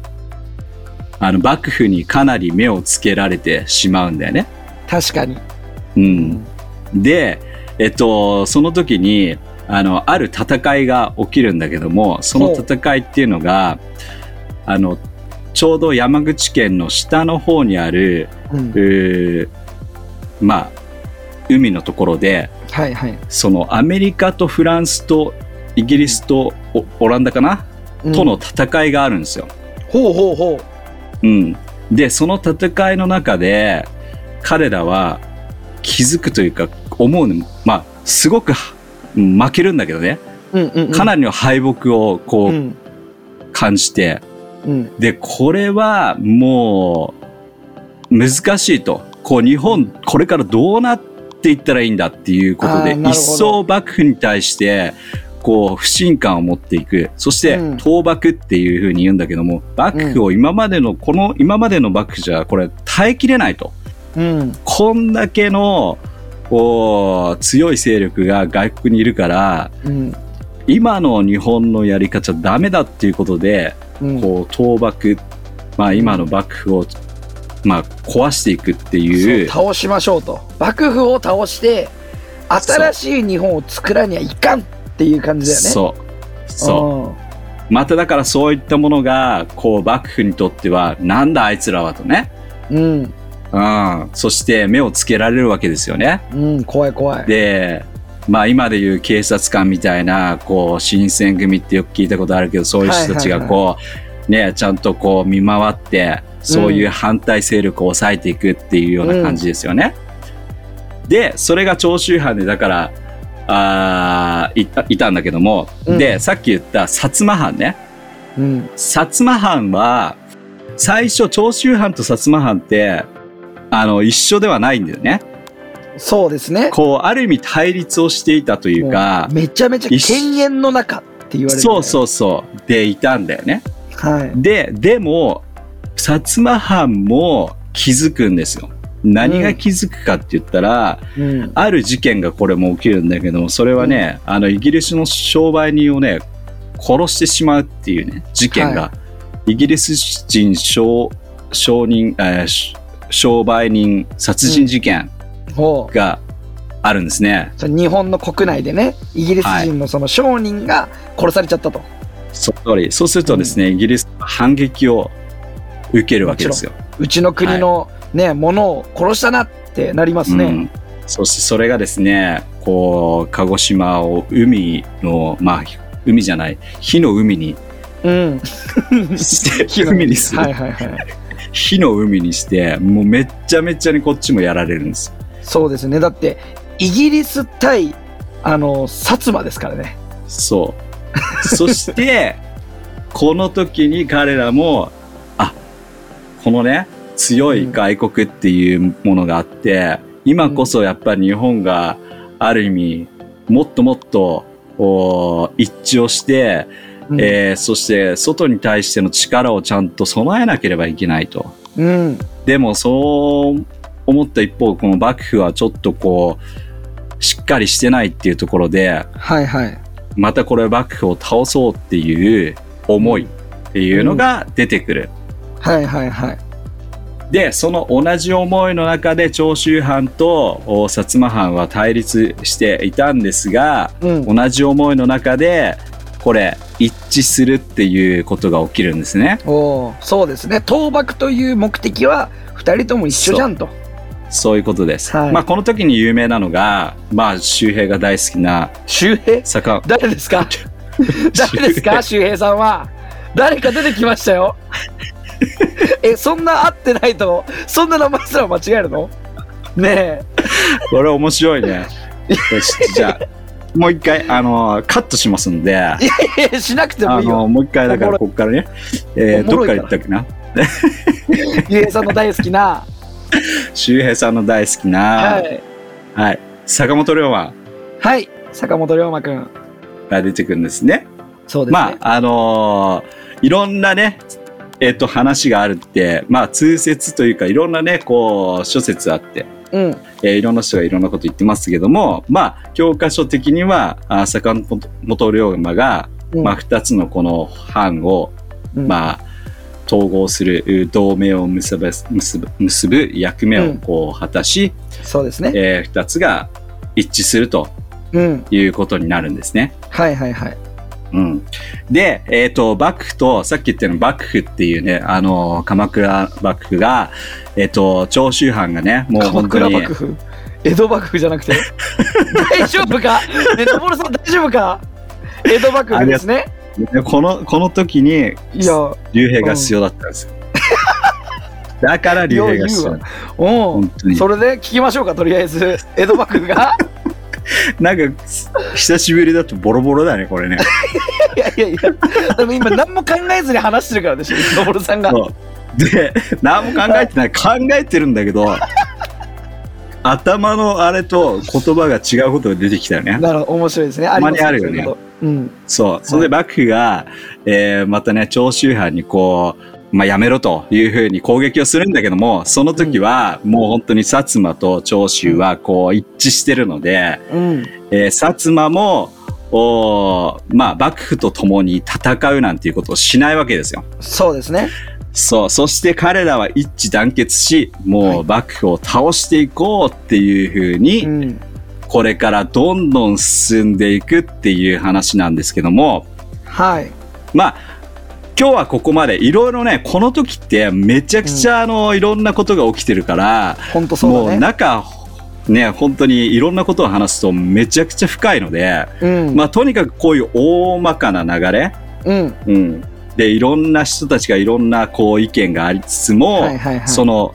Speaker 1: あの幕府にかなり目をつけられてしまうんだよね。
Speaker 2: 確かに
Speaker 1: う、
Speaker 2: うん
Speaker 1: で、えっと、その時にあのある戦いが起きるんだけどもその戦いっていうのがあのちょうど山口県の下の方にある
Speaker 2: うん
Speaker 1: うーまあ海のところで
Speaker 2: はいはい
Speaker 1: そのアメリカとフランスとイギリスとオオランダかな、
Speaker 2: うん
Speaker 1: との戦いがあるんですよ。
Speaker 2: ほうほうほう
Speaker 1: うん、でその戦いの中で彼らは気づくというか思うのまあすごくはうん負けるんだけどね
Speaker 2: うんうんうん
Speaker 1: かなりの敗北をこ
Speaker 2: う
Speaker 1: うん感じて、
Speaker 2: うん
Speaker 1: でこれはもう難しいとこう日本これからどうなっていったらいいんだっていうことで
Speaker 2: あーな
Speaker 1: 一
Speaker 2: るほど
Speaker 1: 層幕府に対してこう不信感を持っていくそして
Speaker 2: うん
Speaker 1: 倒幕っていうふうに言うんだけども幕府を今までのこの今までの幕府じゃこれ耐えきれないと
Speaker 2: うん
Speaker 1: こんだけのこう強い勢力が外国にいるから
Speaker 2: うん
Speaker 1: 今の日本のやり方じゃダメだっていうことで
Speaker 2: うん
Speaker 1: こう倒幕、まあ、今の幕府を、まあ、壊していくっていう
Speaker 2: そう倒しましょうと幕府を倒して新しい日本を作らにはいかんっていう感じだよね
Speaker 1: そうそうまただからそういったものが、こう、幕府にとっては、なんだあいつらはとね。
Speaker 2: うん。
Speaker 1: うん。そして目をつけられるわけですよね。
Speaker 2: うん、怖い怖い。
Speaker 1: で、まあ今でいう警察官みたいな、こう、新選組ってよく聞いたことあるけど、そういう人たちがこう、ね、ちゃんとこう見回って、そういう反対勢力を抑えていくっていうような感じですよね。で、それが長州藩で、だから、あーいたいたんだけども、
Speaker 2: うん
Speaker 1: で、さっき言った薩摩藩ね。
Speaker 2: うん。
Speaker 1: 薩摩藩は、最初、長州藩と薩摩藩って、あの、一緒ではないんだよね。
Speaker 2: そうですね。
Speaker 1: こう、ある意味対立をしていたというか
Speaker 2: もう、めちゃめちゃ犬猿の中って言われる、
Speaker 1: そうそうそう、でいたんだよね。
Speaker 2: う。はい。
Speaker 1: で、でも、薩摩藩も気づくんですよ。何が気づくかって言ったら、
Speaker 2: うん。
Speaker 1: ある事件がこれも起きるんだけども、それはね、あの、イギリスの商売人をね、殺してしまうっていうね、事件が、イギリス人商商人、えーし商売人殺人事件
Speaker 2: ほう。
Speaker 1: があるんですね。
Speaker 2: それ日本の国内でね、イギリス人のその商人が殺されちゃったと。
Speaker 1: その通り。そうするとですね、イギリスは反撃を受けるわけですよ。
Speaker 2: うちの国のね、ものを殺したなってなります
Speaker 1: う
Speaker 2: ね。
Speaker 1: んそしてそれがですね、こう、鹿児島を海の、まあ、海じゃない、火の海 *laughs* に
Speaker 2: うん。
Speaker 1: して、海にする
Speaker 2: は。いはいはい。
Speaker 1: 火の海にして、もうめっちゃめちゃにこっちもやられるんです。
Speaker 2: そうですね。だって、イギリス対、あの、薩摩ですからね。
Speaker 1: そう。そ
Speaker 2: *laughs*
Speaker 1: して、この時に彼らも、あ、このね、強い外国っていうものがあって、今こそやっぱり日本がある意味、もっともっと、こう一致をして、
Speaker 2: うん。
Speaker 1: えーそして外に対しての力をちゃんと備えなければいけないと。
Speaker 2: うん。
Speaker 1: でもそう思った一方、この幕府はちょっとこう、しっかりしてないっていうところで、
Speaker 2: はいはい。
Speaker 1: またこれ幕府を倒そうっていう思いっていうのが出てくる。
Speaker 2: はいはいはい。
Speaker 1: で、その同じ思いの中で長州藩とお薩摩藩は対立していたんですが、
Speaker 2: うん。
Speaker 1: 同じ思いの中で、これ一致するっていうことが起きるんですね。
Speaker 2: おーそうですね。倒幕という目的は、二人とも一緒じゃんと。
Speaker 1: そういうことです。
Speaker 2: はい
Speaker 1: まあこの時に有名なのが、まあ周平が大好きな
Speaker 2: 周平
Speaker 1: 坂
Speaker 2: 誰です
Speaker 1: *laughs*
Speaker 2: か誰ですか周平さんは誰か出てきました
Speaker 1: *laughs*
Speaker 2: よえそんな合ってないとそんな名前すら間違えるのね
Speaker 1: これ面白い
Speaker 2: *laughs*
Speaker 1: ね。よし、じゃあ、もう一回、あの、カットしますんで、あ
Speaker 2: えいやしなくてもいいよ
Speaker 1: の、もう一回、だか
Speaker 2: おもろ
Speaker 1: ら、
Speaker 2: い
Speaker 1: ここからね、えー
Speaker 2: おも
Speaker 1: ど
Speaker 2: ろ
Speaker 1: っ
Speaker 2: い
Speaker 1: か
Speaker 2: から
Speaker 1: ら行ったっけな、
Speaker 2: 周平さんの大好
Speaker 1: *laughs*
Speaker 2: きな
Speaker 1: 周平さんの大好きな、
Speaker 2: は
Speaker 1: はい、
Speaker 2: い、
Speaker 1: 坂本龍馬
Speaker 2: はい、坂本龍馬くん
Speaker 1: が出てくるんですね。
Speaker 2: そうですね、
Speaker 1: まあ、あのーいろんなね、えっ、と、話があるって、まあ、通説というか、いろんなね、こう、諸説あって、
Speaker 2: うん
Speaker 1: えーいろんな人がいろんなこと言ってますけども、まあ、教科書的には、あ坂本龍馬が、
Speaker 2: うん
Speaker 1: まあ、二つのこの藩を、
Speaker 2: うん
Speaker 1: まあ、統合する同盟を結ぶ結ぶ結ぶ役目をこう果たし、
Speaker 2: そうですね
Speaker 1: え2つが一致すると
Speaker 2: うん
Speaker 1: いうことになるんですね。
Speaker 2: はいはいはい
Speaker 1: うん、で、えっと幕府とさっき言ったように幕府っていうね、あの鎌倉幕府が、えっと長州藩がねもう
Speaker 2: 鎌
Speaker 1: 本当
Speaker 2: 倉
Speaker 1: に
Speaker 2: 幕府江戸幕府じゃ
Speaker 1: *laughs*
Speaker 2: なくて大丈夫かねのぼるさん大丈夫か江戸幕府ですね
Speaker 1: このこの時に
Speaker 2: いや
Speaker 1: 竜兵が必要だったんですよ。だから竜兵が必要だった
Speaker 2: うん
Speaker 1: 本当に
Speaker 2: それで聞きましょうかとりあ
Speaker 1: *laughs*
Speaker 2: えず江戸幕府が
Speaker 1: なんか久しぶりだとボロボロだねこれね。
Speaker 2: いやいやいやでも今何も考えずに話して
Speaker 1: *laughs*
Speaker 2: るからでしょ昇さんが
Speaker 1: そうで何も考えてない考えてるんだけど頭のあれと言葉が違うことが出てきたよね
Speaker 2: なるほど面白いですね
Speaker 1: たまに
Speaker 2: りす
Speaker 1: あるよね
Speaker 2: そういうことうん
Speaker 1: そうそれで幕府が、えーまたね長州藩にこう、まあ、やめろというふうに攻撃をするんだけどもその時はもう本当に薩摩と長州はこう一致してるので、
Speaker 2: うん
Speaker 1: えー薩摩もおーまあ幕府と共に戦うなんていうことをしないわけですよ。
Speaker 2: そうですね
Speaker 1: そう。そして彼らは一致団結し、
Speaker 2: は
Speaker 1: も
Speaker 2: いう
Speaker 1: 幕府を倒していこうっていうふうに、
Speaker 2: うん
Speaker 1: これからどんどん進んでいくっていう話なんですけども、
Speaker 2: はい
Speaker 1: まあ今日はここまでいろいろねこの時ってめちゃくちゃあのいろんなことが起きてるから、
Speaker 2: ほんとそう
Speaker 1: も
Speaker 2: だ
Speaker 1: う
Speaker 2: ね。
Speaker 1: 中ね本当にいろんなことを話すとめちゃくちゃ深いので、
Speaker 2: うん。
Speaker 1: まあとにかくこういう大まかな流れ、
Speaker 2: うん。
Speaker 1: うん、でいろんな人たちがいろんなこう意見がありつつも、
Speaker 2: はいはいはい。
Speaker 1: その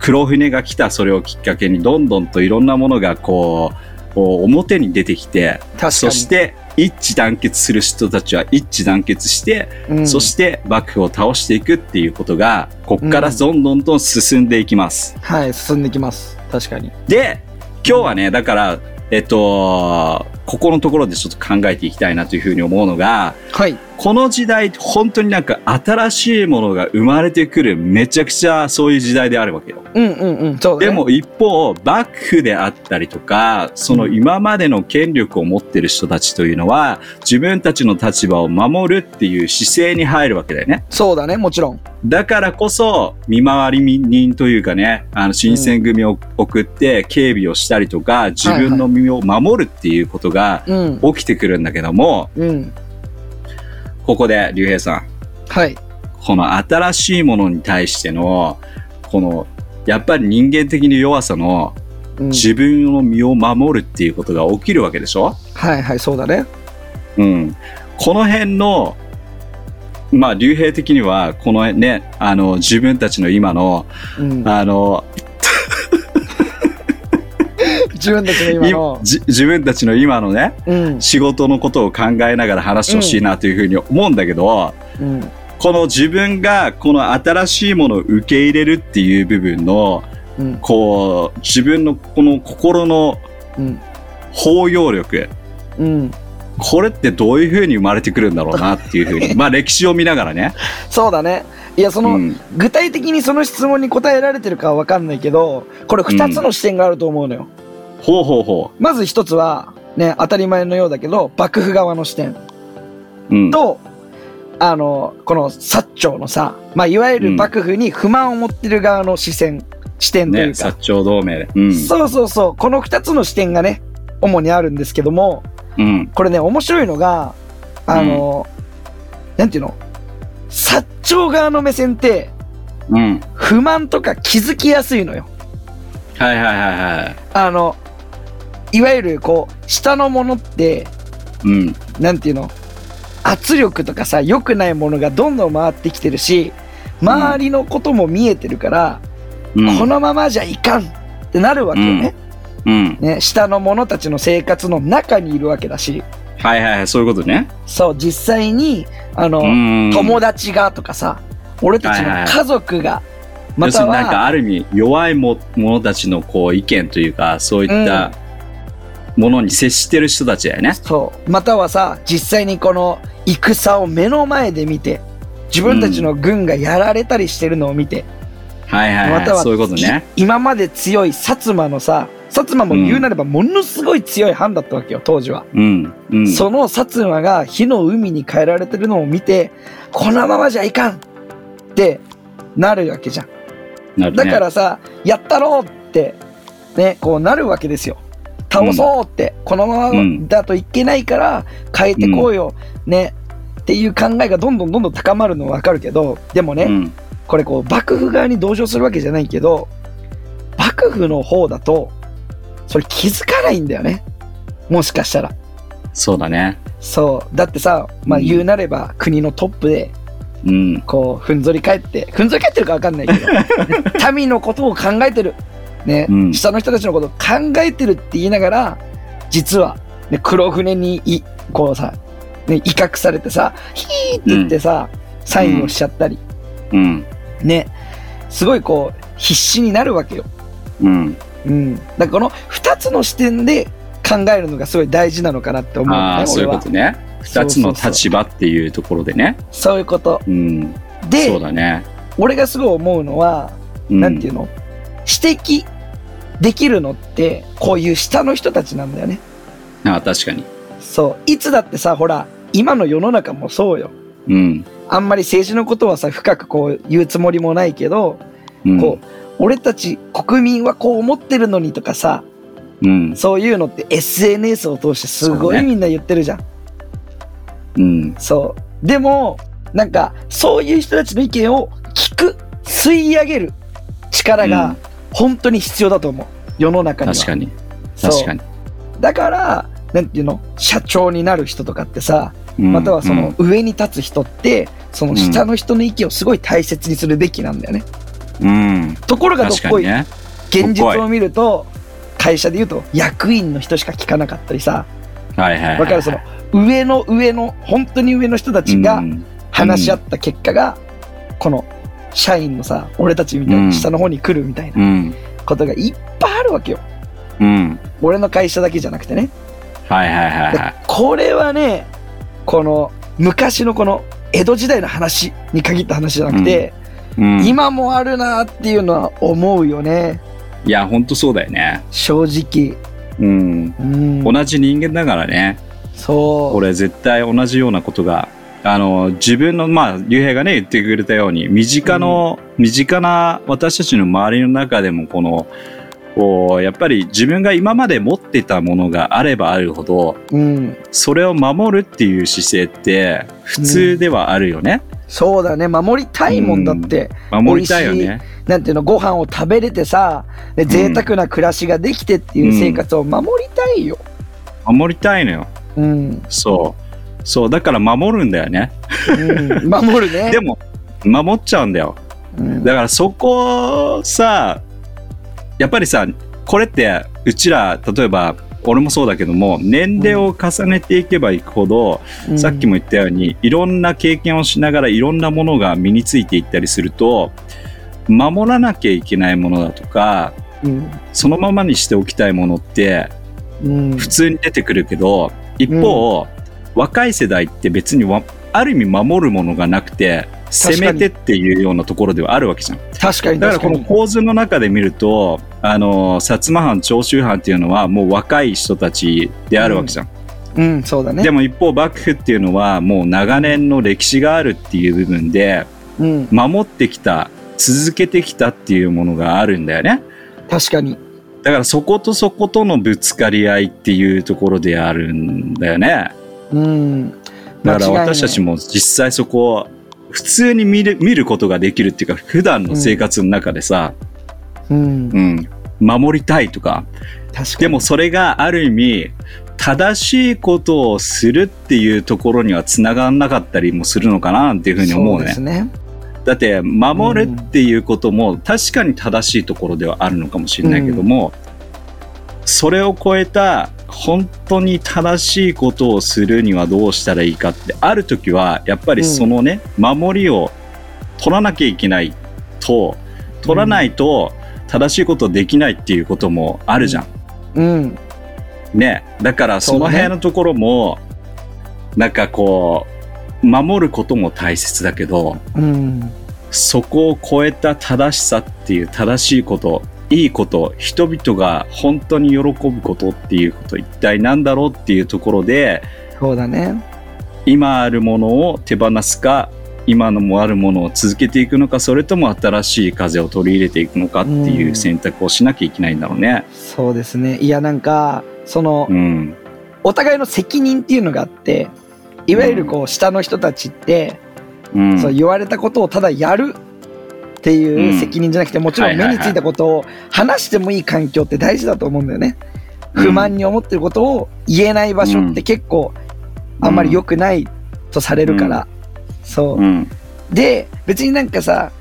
Speaker 1: 黒船が来たそれをきっかけにどんどんといろんなものがこうこう表に出てきて
Speaker 2: 確かに。
Speaker 1: そして一致団結する人たちは一致団結して、
Speaker 2: うん
Speaker 1: そして幕府を倒していくっていうことがこっからどんどんと進んでいきます。
Speaker 2: はい、進んできます。確かに。
Speaker 1: で今日はねだからえっとここのところでちょっと考えていきたいなというふうに思うのが
Speaker 2: はい。
Speaker 1: この時代本当になんか新しいものが生まれてくるめちゃくちゃそういう時代であるわけよ。
Speaker 2: うんうんうん。そうだね。
Speaker 1: で、も一方幕府であったりとかその今までの権力を持ってる人たちというのは自分たちの立場を守るっていう姿勢に入るわけだよね
Speaker 2: そうだね、もちろん。
Speaker 1: だからこそ見回り人というかねあの新選組を送って警備をしたりとか自分の身を守るっていうことが
Speaker 2: うん。
Speaker 1: 起きてくるんだけども
Speaker 2: うん。
Speaker 1: ここで竜兵さん
Speaker 2: はい。
Speaker 1: この新しいものに対してのこのやっぱり人間的に弱さの
Speaker 2: うん、
Speaker 1: 自分の身を守るっていうことが起きるわけでしょ、
Speaker 2: はいはい、そうだね。
Speaker 1: うん、この辺のまあ竜兵的にはこのねあの自分たちの今の
Speaker 2: うん。
Speaker 1: あの
Speaker 2: 自分たちの今
Speaker 1: い
Speaker 2: の。
Speaker 1: じ自分たちの今のね
Speaker 2: うん。
Speaker 1: 仕事のことを考えながら話してほしいなというふうに思うんだけど、
Speaker 2: うん。
Speaker 1: この自分がこの新しいものを受け入れるっていう部分の
Speaker 2: うん。
Speaker 1: こう自分のこの心の
Speaker 2: うん。
Speaker 1: 包容力
Speaker 2: うん。
Speaker 1: これってどういうふうに生まれてくるんだろうなっていうふうにまあ歴史を見ながらね
Speaker 2: そうだね。いや、その、
Speaker 1: うん
Speaker 2: 具体的にその質問に答えられてるかはわかんないけど、これ二つの視点があると思うのよ。
Speaker 1: ほうほうほ
Speaker 2: まず一つは、ね、当たり前のようだけど、幕府側の視点。
Speaker 1: う。うん、
Speaker 2: と、あの、この薩長のさ、まあ、いわゆる幕府に不満を持ってる側の視線、視点とい
Speaker 1: ね、
Speaker 2: うか、
Speaker 1: 薩長同盟で。うん。
Speaker 2: そうそうそう、この2つの視点がね、主にあるんですけども、
Speaker 1: うん。
Speaker 2: これね、面白いのが、あの、なんていうの、薩長側の目線って、
Speaker 1: うん。
Speaker 2: 不満とか気づきやすいのよ。
Speaker 1: はいはいはいはい。
Speaker 2: あの、いわゆるこう、下のものって、
Speaker 1: うん。
Speaker 2: なんていうの圧力とかさ良くないものがどんどん回ってきてるし周りのことも見えてるから、
Speaker 1: うん。
Speaker 2: このままじゃいかんってなるわけよね,、
Speaker 1: うん。
Speaker 2: ね下の者たちの生活の中にいるわけだし
Speaker 1: はいはいはい、そういうことね。
Speaker 2: そう実際にあの、
Speaker 1: うん。
Speaker 2: 友達がとかさ俺たちの家族が、ま
Speaker 1: 要す
Speaker 2: た
Speaker 1: るになんか
Speaker 2: は
Speaker 1: ある意味弱いも者たちのこう意見というか、そういったものに接してる人たちだよね。
Speaker 2: そうまたはさ実際にこの戦を目の前で見て自分たちの軍がやられたりしてるのを見て、
Speaker 1: はいはい
Speaker 2: また
Speaker 1: は、
Speaker 2: はい
Speaker 1: そういうことね。
Speaker 2: い今まで強い薩摩のさ薩摩も言うなればものすごい強い藩だったわけよ当時は、
Speaker 1: うん。うん。
Speaker 2: その薩摩が火の海に変えられてるのを見てこのままじゃいかんってなるわけじゃん
Speaker 1: なるね
Speaker 2: だからさ、やったろうってねこうなるわけですよ倒そうって、このままだといけないから変えてこうよ、ねっていう考えがどんどんどんどん高まるのはわかるけどでもね、
Speaker 1: うん。
Speaker 2: これこう幕府側に同情するわけじゃないけど幕府の方だとそれ気づかないんだよねもしかしたら
Speaker 1: そうだね。
Speaker 2: そうだってさ、まあ、
Speaker 1: うん
Speaker 2: 言うなれば国のトップで
Speaker 1: うん。
Speaker 2: こうふんぞり返ってふんぞり返ってるか分かんないけ
Speaker 1: *laughs*
Speaker 2: ど民のことを考えてる、ね
Speaker 1: うん
Speaker 2: 下の人たちのことを考えてるって言いながら実は、ね、黒船にいこうさ、ね、威嚇されてさヒーって言ってさ、サインをしちゃったり、
Speaker 1: うん。
Speaker 2: ねすごいこう必死になるわけよ、
Speaker 1: うん。
Speaker 2: うん、だからこの2つの視点で考えるのがすごい大事なのかなって思うの
Speaker 1: あ
Speaker 2: ね
Speaker 1: あ、そうい
Speaker 2: 俺
Speaker 1: うこ
Speaker 2: は
Speaker 1: とね。二つの立場っていうところでね。
Speaker 2: そういうこと
Speaker 1: うん。
Speaker 2: で
Speaker 1: そうだね。
Speaker 2: 俺がすごい思うのはなんていうの指摘できるのってこういう下の人たちなんだよね
Speaker 1: ああ確かに。
Speaker 2: そういつだってさほら今の世の中もそうよ
Speaker 1: うん。
Speaker 2: あんまり政治のことはさ深くこう言うつもりもないけど、
Speaker 1: うん
Speaker 2: こう俺たち国民はこう思ってるのにとかさ
Speaker 1: うん。
Speaker 2: そういうのって SNS を通してす
Speaker 1: そう
Speaker 2: ごい
Speaker 1: ね
Speaker 2: みんな言ってるじゃん。
Speaker 1: うん。
Speaker 2: そう,、でも、なんか、そういう人たちの意見を聞く、吸い上げる力
Speaker 1: う
Speaker 2: が
Speaker 1: ん
Speaker 2: 本当に必要だと思う。世の中には。
Speaker 1: 確かに
Speaker 2: そう
Speaker 1: 確かに、
Speaker 2: だから、なんていうの、社長になる人とかってさ、
Speaker 1: うん
Speaker 2: またはそ
Speaker 1: うん
Speaker 2: の上に立つ人って、その下の人の意見をすごい大切にするべきなんだよね。
Speaker 1: うん、
Speaker 2: ところがどっ
Speaker 1: 確か
Speaker 2: こ
Speaker 1: に
Speaker 2: い、
Speaker 1: ね
Speaker 2: 現実を見ると、会社で言うと役員の人しか聞かなかったりさ、
Speaker 1: はいはいはいはい
Speaker 2: わかるその上の上の、本当に上の人たち
Speaker 1: う
Speaker 2: が
Speaker 1: ん
Speaker 2: 話し合った結果が、この社員のさ、俺たちみたい
Speaker 1: うん
Speaker 2: に下の方に来るみたいな
Speaker 1: うん
Speaker 2: ことがいっぱいあるわけよ。
Speaker 1: うん
Speaker 2: 俺の会社だけじゃなくてね。
Speaker 1: はいはいはいは
Speaker 2: だこれはね、この昔のこの江戸時代の話に限った話じゃなくて、
Speaker 1: い、うん、
Speaker 2: 今もあるなっていうのは思うよね、
Speaker 1: いや本当そうだよね
Speaker 2: 正直。
Speaker 1: うん
Speaker 2: うん、
Speaker 1: 同じ人間だからね
Speaker 2: そう。
Speaker 1: 俺絶対同じようなことがあの自分のまあ竜兵がね言ってくれたように身近の、身近な私たちの周りの中でもこのこうやっぱり自分が今まで持ってたものがあればあるほど
Speaker 2: うん。
Speaker 1: それを守るっていう姿勢って普通ではあるよね、
Speaker 2: そうだね、守りたいもんだって。
Speaker 1: 守りたいよね
Speaker 2: なんていうのご飯を食べれてさで贅沢な暮らしができてっていう生活を守りたいよ、
Speaker 1: 守りたいのよ
Speaker 2: うん
Speaker 1: そうそうだから守るんだよね
Speaker 2: うん
Speaker 1: *laughs*
Speaker 2: 守るね
Speaker 1: でも守っちゃうんだよ
Speaker 2: うん
Speaker 1: だからそこさやっぱりさこれってうちら例えば俺もそうだけども年齢を重ねていけばいくほど、
Speaker 2: うん
Speaker 1: さっきも言ったようにいろんな経験をしながらいろんなものが身についていったりすると守らなきゃいけないものだとか
Speaker 2: うん
Speaker 1: そのままにしておきたいものって
Speaker 2: うん
Speaker 1: 普通に出てくるけど一方、若い世代って別にわある意味守るものがなくて
Speaker 2: かに
Speaker 1: 攻めてっていうようなところではあるわけじゃん。
Speaker 2: 確かに
Speaker 1: だから
Speaker 2: 確か
Speaker 1: この
Speaker 2: に
Speaker 1: 構図の中で見るとあの薩摩藩長州藩っていうのはもう若い人たちであるわけじゃん、
Speaker 2: うんそうだね
Speaker 1: でも一方幕府っていうのはもう長年の歴史があるっていう部分で
Speaker 2: うん
Speaker 1: 守ってきた続けてきたっていうものがあるんだよね
Speaker 2: 確かに
Speaker 1: だからそことそことのぶつかり合いっていうところであるんだよね
Speaker 2: うん
Speaker 1: だから私たち
Speaker 2: も
Speaker 1: も実際そこを普通に見る見ることができるっていうか普段の生活の中でさ、
Speaker 2: うん
Speaker 1: うん、守りたいとか
Speaker 2: 確か
Speaker 1: で
Speaker 2: に
Speaker 1: もそれがある意味正しいことをするっていうところにはつながらなかったりもするのかななんていうふうに思う
Speaker 2: そうで
Speaker 1: ね
Speaker 2: すね
Speaker 1: だって守るっていうことも確かに正しいところではあるのかもしれないけども、それを超えた本当に正しいことをするにはどうしたらいいかってある時はやっぱりそのね、守りを取らなきゃいけないと取らないと正しいことできないっていうこともあるじゃん
Speaker 2: うん
Speaker 1: ね、だからその辺のところも、なんかこう守ることも大切だけど
Speaker 2: うん
Speaker 1: そこを超えた正しさっていう正しいこといいこと人々が本当に喜ぶことっていうこと一体何だろうっていうところで
Speaker 2: そうだね
Speaker 1: 今あるものを手放すか今のもあるものを続けていくのかそれとも新しい風を取り入れていくのかっていう選択をしなきゃいけないんだろうね。
Speaker 2: そうですねいやなんかその
Speaker 1: うん、
Speaker 2: お互いの責任っていうのがあっていわゆるこう下の人たちって
Speaker 1: うん、
Speaker 2: そう言われたことをただやるっていう責任じゃなくて、もちろ
Speaker 1: は
Speaker 2: ん
Speaker 1: いは
Speaker 2: 目
Speaker 1: いはい
Speaker 2: についたことを話してもいい環境って大事だと思うんだよね。不満に思ってることを言えない場所って結構あんまり良くないとされるから。そ
Speaker 1: うん、
Speaker 2: う。で、別になんかさ、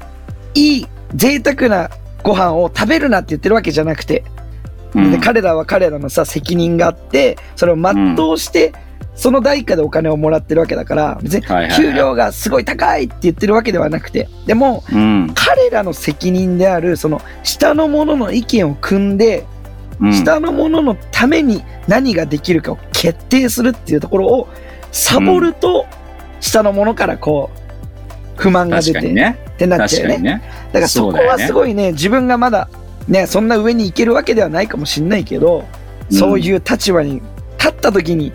Speaker 2: いい贅沢なご飯を食べるなって言ってるわけじゃなくて、
Speaker 1: うん
Speaker 2: で彼らは彼らのさ責任があってそれを全うして、その代価でお金をもらってるわけだから別に
Speaker 1: はいはいはい
Speaker 2: 給料がすごい高いって言ってるわけではなくてでも
Speaker 1: うん
Speaker 2: 彼らの責任であるその下の者の意見を組んで、
Speaker 1: うん
Speaker 2: 下の者のために何ができるかを決定するっていうところをサボると、下の者からこう不満が出
Speaker 1: 確か
Speaker 2: て、
Speaker 1: にね。
Speaker 2: ってなっち
Speaker 1: 確か
Speaker 2: ゃうよ
Speaker 1: に
Speaker 2: ね。
Speaker 1: ね。
Speaker 2: だからそ
Speaker 1: そ
Speaker 2: こ
Speaker 1: うだよ
Speaker 2: は
Speaker 1: ね
Speaker 2: すごいね自分がまだねそんな上に行けるわけではないかもしれないけど、そういう立場に立った時に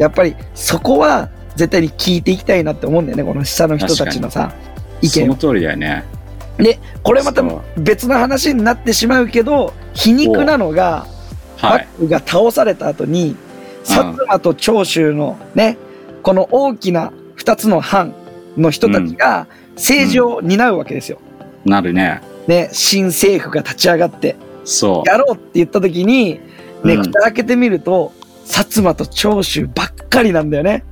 Speaker 2: やっぱりそこは絶対に聞いていきたいなって思うんだよねこの下の人たちのさ意
Speaker 1: そ
Speaker 2: 見
Speaker 1: の
Speaker 2: を
Speaker 1: 通りだよね。
Speaker 2: これまた
Speaker 1: そう
Speaker 2: 別の話になってしまうけど皮肉なのが
Speaker 1: はい。
Speaker 2: 幕府が倒された後に薩摩と長州のねこの大きな2 2つの藩の人たちが政治を担うわけですよ。
Speaker 1: なるね。
Speaker 2: ね、新政府が立ち上がって
Speaker 1: そう。
Speaker 2: やろうって言った時に、ね、
Speaker 1: うん
Speaker 2: 蓋開けてみると、薩摩と長州ばっかりなんだよね。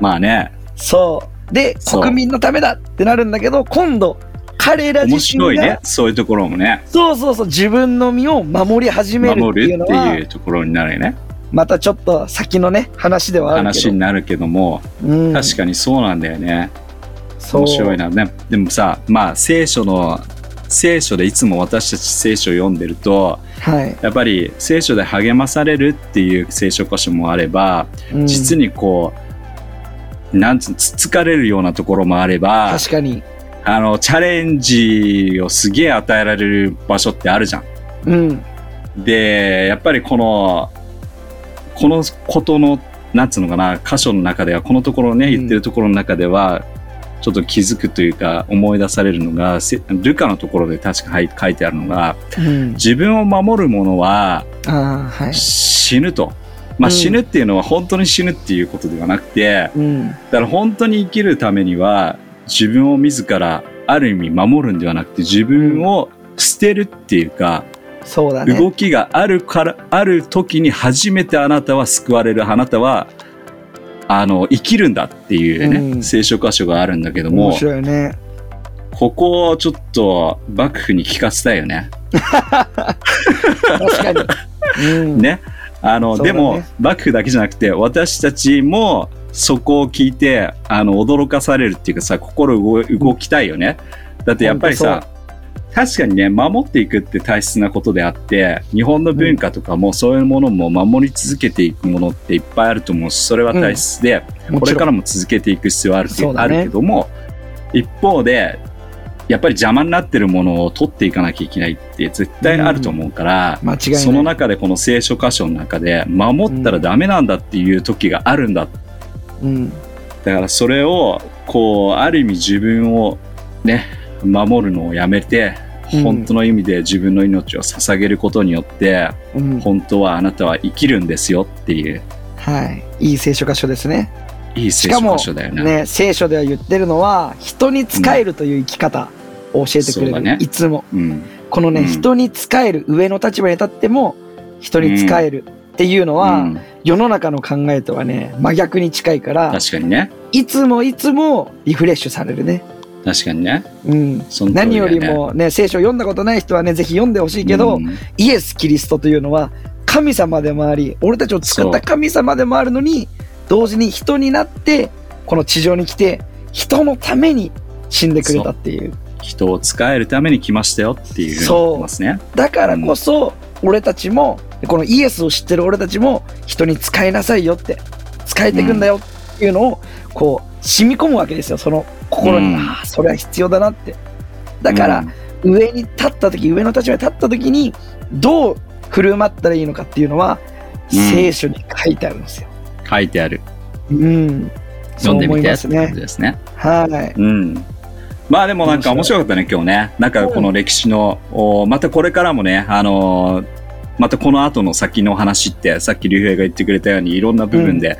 Speaker 1: まあね、
Speaker 2: そう。で、
Speaker 1: そう
Speaker 2: 国民のためだってなるんだけど、今度、彼ら
Speaker 1: 面
Speaker 2: 自
Speaker 1: 白
Speaker 2: 身
Speaker 1: い
Speaker 2: が、
Speaker 1: ね。そういうところもね、
Speaker 2: そうそうそう、自分の身を守り始めるって
Speaker 1: 守
Speaker 2: い
Speaker 1: る
Speaker 2: うの
Speaker 1: って
Speaker 2: は、
Speaker 1: いうところになるよね。
Speaker 2: またちょっと先のね、話ではあるけ
Speaker 1: 話
Speaker 2: ど。
Speaker 1: になるけども、
Speaker 2: うん、
Speaker 1: 確かにそうなんだよね。
Speaker 2: そう
Speaker 1: 面白いな。ね、でもさ、まあ、聖書の、聖書でいつも私たち聖書を読んでると、
Speaker 2: はい。
Speaker 1: やっぱり聖書で励まされるっていう聖書箇所もあれば、
Speaker 2: うん
Speaker 1: 実にこう、なんつうのつつかれるようなところもあれば、
Speaker 2: 確かに。
Speaker 1: あの、チャレンジをすげえ与えられる場所ってあるじゃん。
Speaker 2: うん。
Speaker 1: で、やっぱりこの、このことの、なんつうのかな、箇所の中では、このところね、言ってるところの中では、ちょっと気づくというか、思い出されるのが、せルカのところで確かはい書いてあるのが、
Speaker 2: うん。
Speaker 1: 自分を守る者は
Speaker 2: ああ、はい。
Speaker 1: 死ぬと。まあ、
Speaker 2: うん
Speaker 1: 死ぬっていうのは本当に死ぬっていうことではなくて、
Speaker 2: うん。
Speaker 1: だから本当に生きるためには自分を自らある意味守るんではなくて自分を捨てるっていうか、
Speaker 2: そうだね。
Speaker 1: 動きがあるからある時に初めてあなたは救われるあなたはあの生きるんだっていうね、
Speaker 2: うん
Speaker 1: 聖書箇所があるんだけど
Speaker 2: 面
Speaker 1: も
Speaker 2: 白いよね。
Speaker 1: ここをちょっと幕府に聞かせたいよね。*laughs*
Speaker 2: 確かに。うん。
Speaker 1: ねあの
Speaker 2: そうだ
Speaker 1: で
Speaker 2: ね
Speaker 1: も幕府だけじゃなくて私たちもそこを聞いてあの驚かされるっていうかさ心動動きたいよねだってやっぱりさ確かにね守っていくって大切なことであって日本の文化とかもそういうものも守り続けていくものっていっぱいあると思うしそれは大切で、
Speaker 2: も
Speaker 1: これ
Speaker 2: ちろ
Speaker 1: か
Speaker 2: ん。
Speaker 1: らも続けていく必要はあるけ,、
Speaker 2: そう
Speaker 1: あ
Speaker 2: だね
Speaker 1: るけども一方でやっぱり邪魔になってるものを取っていかなきゃいけないって絶対あると思うから、
Speaker 2: 間違いない。
Speaker 1: その中でこの聖書箇所の中で守ったらダメなんだっていう時があるんだ、
Speaker 2: うん。
Speaker 1: だからそれをこうある意味自分をね守るのをやめて
Speaker 2: うん
Speaker 1: 本当の意味で自分の命を捧げることによって、
Speaker 2: うん。
Speaker 1: 本当はあなたは生きるんですよっていう
Speaker 2: はい。いい聖書箇所ですね。
Speaker 1: いい聖書箇所だよね
Speaker 2: ね、聖書では言ってるのは、人に仕えるという生き方を教えてく
Speaker 1: そ
Speaker 2: れ
Speaker 1: うだ
Speaker 2: る。
Speaker 1: ね
Speaker 2: いつも。
Speaker 1: うん、
Speaker 2: このね、
Speaker 1: うん
Speaker 2: 人に仕える、上の立場に立っても、人に仕えるっていうのは、
Speaker 1: うん
Speaker 2: 世の中の考えとはね、真逆に近いから、
Speaker 1: 確かにね
Speaker 2: いつもいつもリフレッシュされるね。
Speaker 1: 確かにね
Speaker 2: うん。
Speaker 1: その通
Speaker 2: 何
Speaker 1: だ
Speaker 2: よ
Speaker 1: ね
Speaker 2: りもね、聖書を読んだことない人はね、ぜひ読んでほしいけど、
Speaker 1: うん
Speaker 2: イエス・キリストというのは神様でもあり俺たちを作っ
Speaker 1: そう
Speaker 2: た神様でもあるのに同時に人になってこの地上に来て人のために死んでくれたっていう
Speaker 1: 人を使えるために来ましたよっていうふうに
Speaker 2: そう
Speaker 1: 言ってますね
Speaker 2: だからこそ俺たちもこのイエスを知ってる俺たちも人に使いなさいよって使えてくんだよっていうのをこう染み込むわけですよその心に、
Speaker 1: うん
Speaker 2: ああそれは必要だなってだから、
Speaker 1: うん
Speaker 2: 上に立った時上の立場に立った時にどう振る舞ったらいいのかっていうのは
Speaker 1: うん
Speaker 2: 聖書に書いてあるんですよ。
Speaker 1: 書いてある
Speaker 2: うん、そ
Speaker 1: 読
Speaker 2: う
Speaker 1: んで
Speaker 2: 思
Speaker 1: み
Speaker 2: い
Speaker 1: て
Speaker 2: ま
Speaker 1: っ
Speaker 2: す
Speaker 1: て感
Speaker 2: ね
Speaker 1: じ。ですね
Speaker 2: はい。
Speaker 1: うん。まあでもなんか面白かったね、今日ね。なんかこの歴史の、おまたこれからもね、あのーまたこの後の先の話って、さっき竜兵が言ってくれたように、いろんな部分で、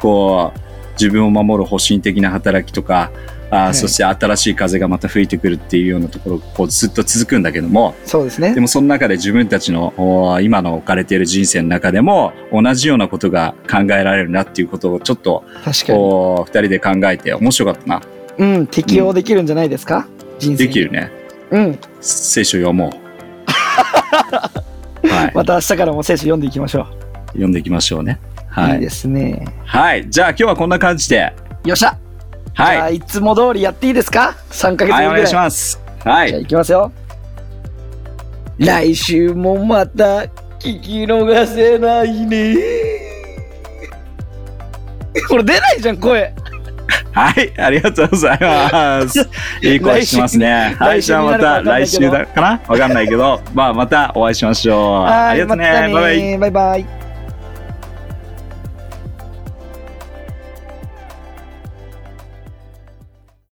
Speaker 1: こう、自分を守る保身的な働きとか、あー
Speaker 2: はい
Speaker 1: そして新しい風がまた吹いてくるっていうようなところがこうずっと続くんだけども、
Speaker 2: そうです
Speaker 1: で
Speaker 2: ね。
Speaker 1: もその中で自分たちのお今の置かれている人生の中でも同じようなことが考えられるなっていうことをちょっと
Speaker 2: 確かに。
Speaker 1: こう二人で考えて面白かったな。
Speaker 2: うん、適用できるんじゃないですか、人生
Speaker 1: で
Speaker 2: に
Speaker 1: きるね。
Speaker 2: うん。
Speaker 1: 聖書読
Speaker 2: *laughs*
Speaker 1: もう。はい。
Speaker 2: また明日からも聖書読んでいきましょう。
Speaker 1: 読んでいきましょうね。
Speaker 2: い、
Speaker 1: はいい。
Speaker 2: ですね。
Speaker 1: はい。じゃあ今日はこんな感じで。
Speaker 2: よっしゃ、
Speaker 1: は
Speaker 2: じゃあ
Speaker 1: い。
Speaker 2: いつも通りやっていいですか ?3 ヶ月分ぐ
Speaker 1: は
Speaker 2: ら
Speaker 1: い、
Speaker 2: い。
Speaker 1: お願いします。は
Speaker 2: じゃあ
Speaker 1: い。
Speaker 2: いきますよ。来週もまた聞き逃せない
Speaker 1: *laughs*
Speaker 2: ね。これ出ないじゃん、声。
Speaker 1: はい。ありがとうござい
Speaker 2: *laughs*
Speaker 1: ます。いい声してますね。はい。
Speaker 2: 来
Speaker 1: じ
Speaker 2: 週
Speaker 1: ゃあまた来
Speaker 2: 来
Speaker 1: 週
Speaker 2: 週
Speaker 1: だかなわかんないけど、まあまたお会いしましょう。あ
Speaker 2: は
Speaker 1: り
Speaker 2: い
Speaker 1: がとうね。
Speaker 2: また
Speaker 1: バイバイ。
Speaker 2: バイバイ。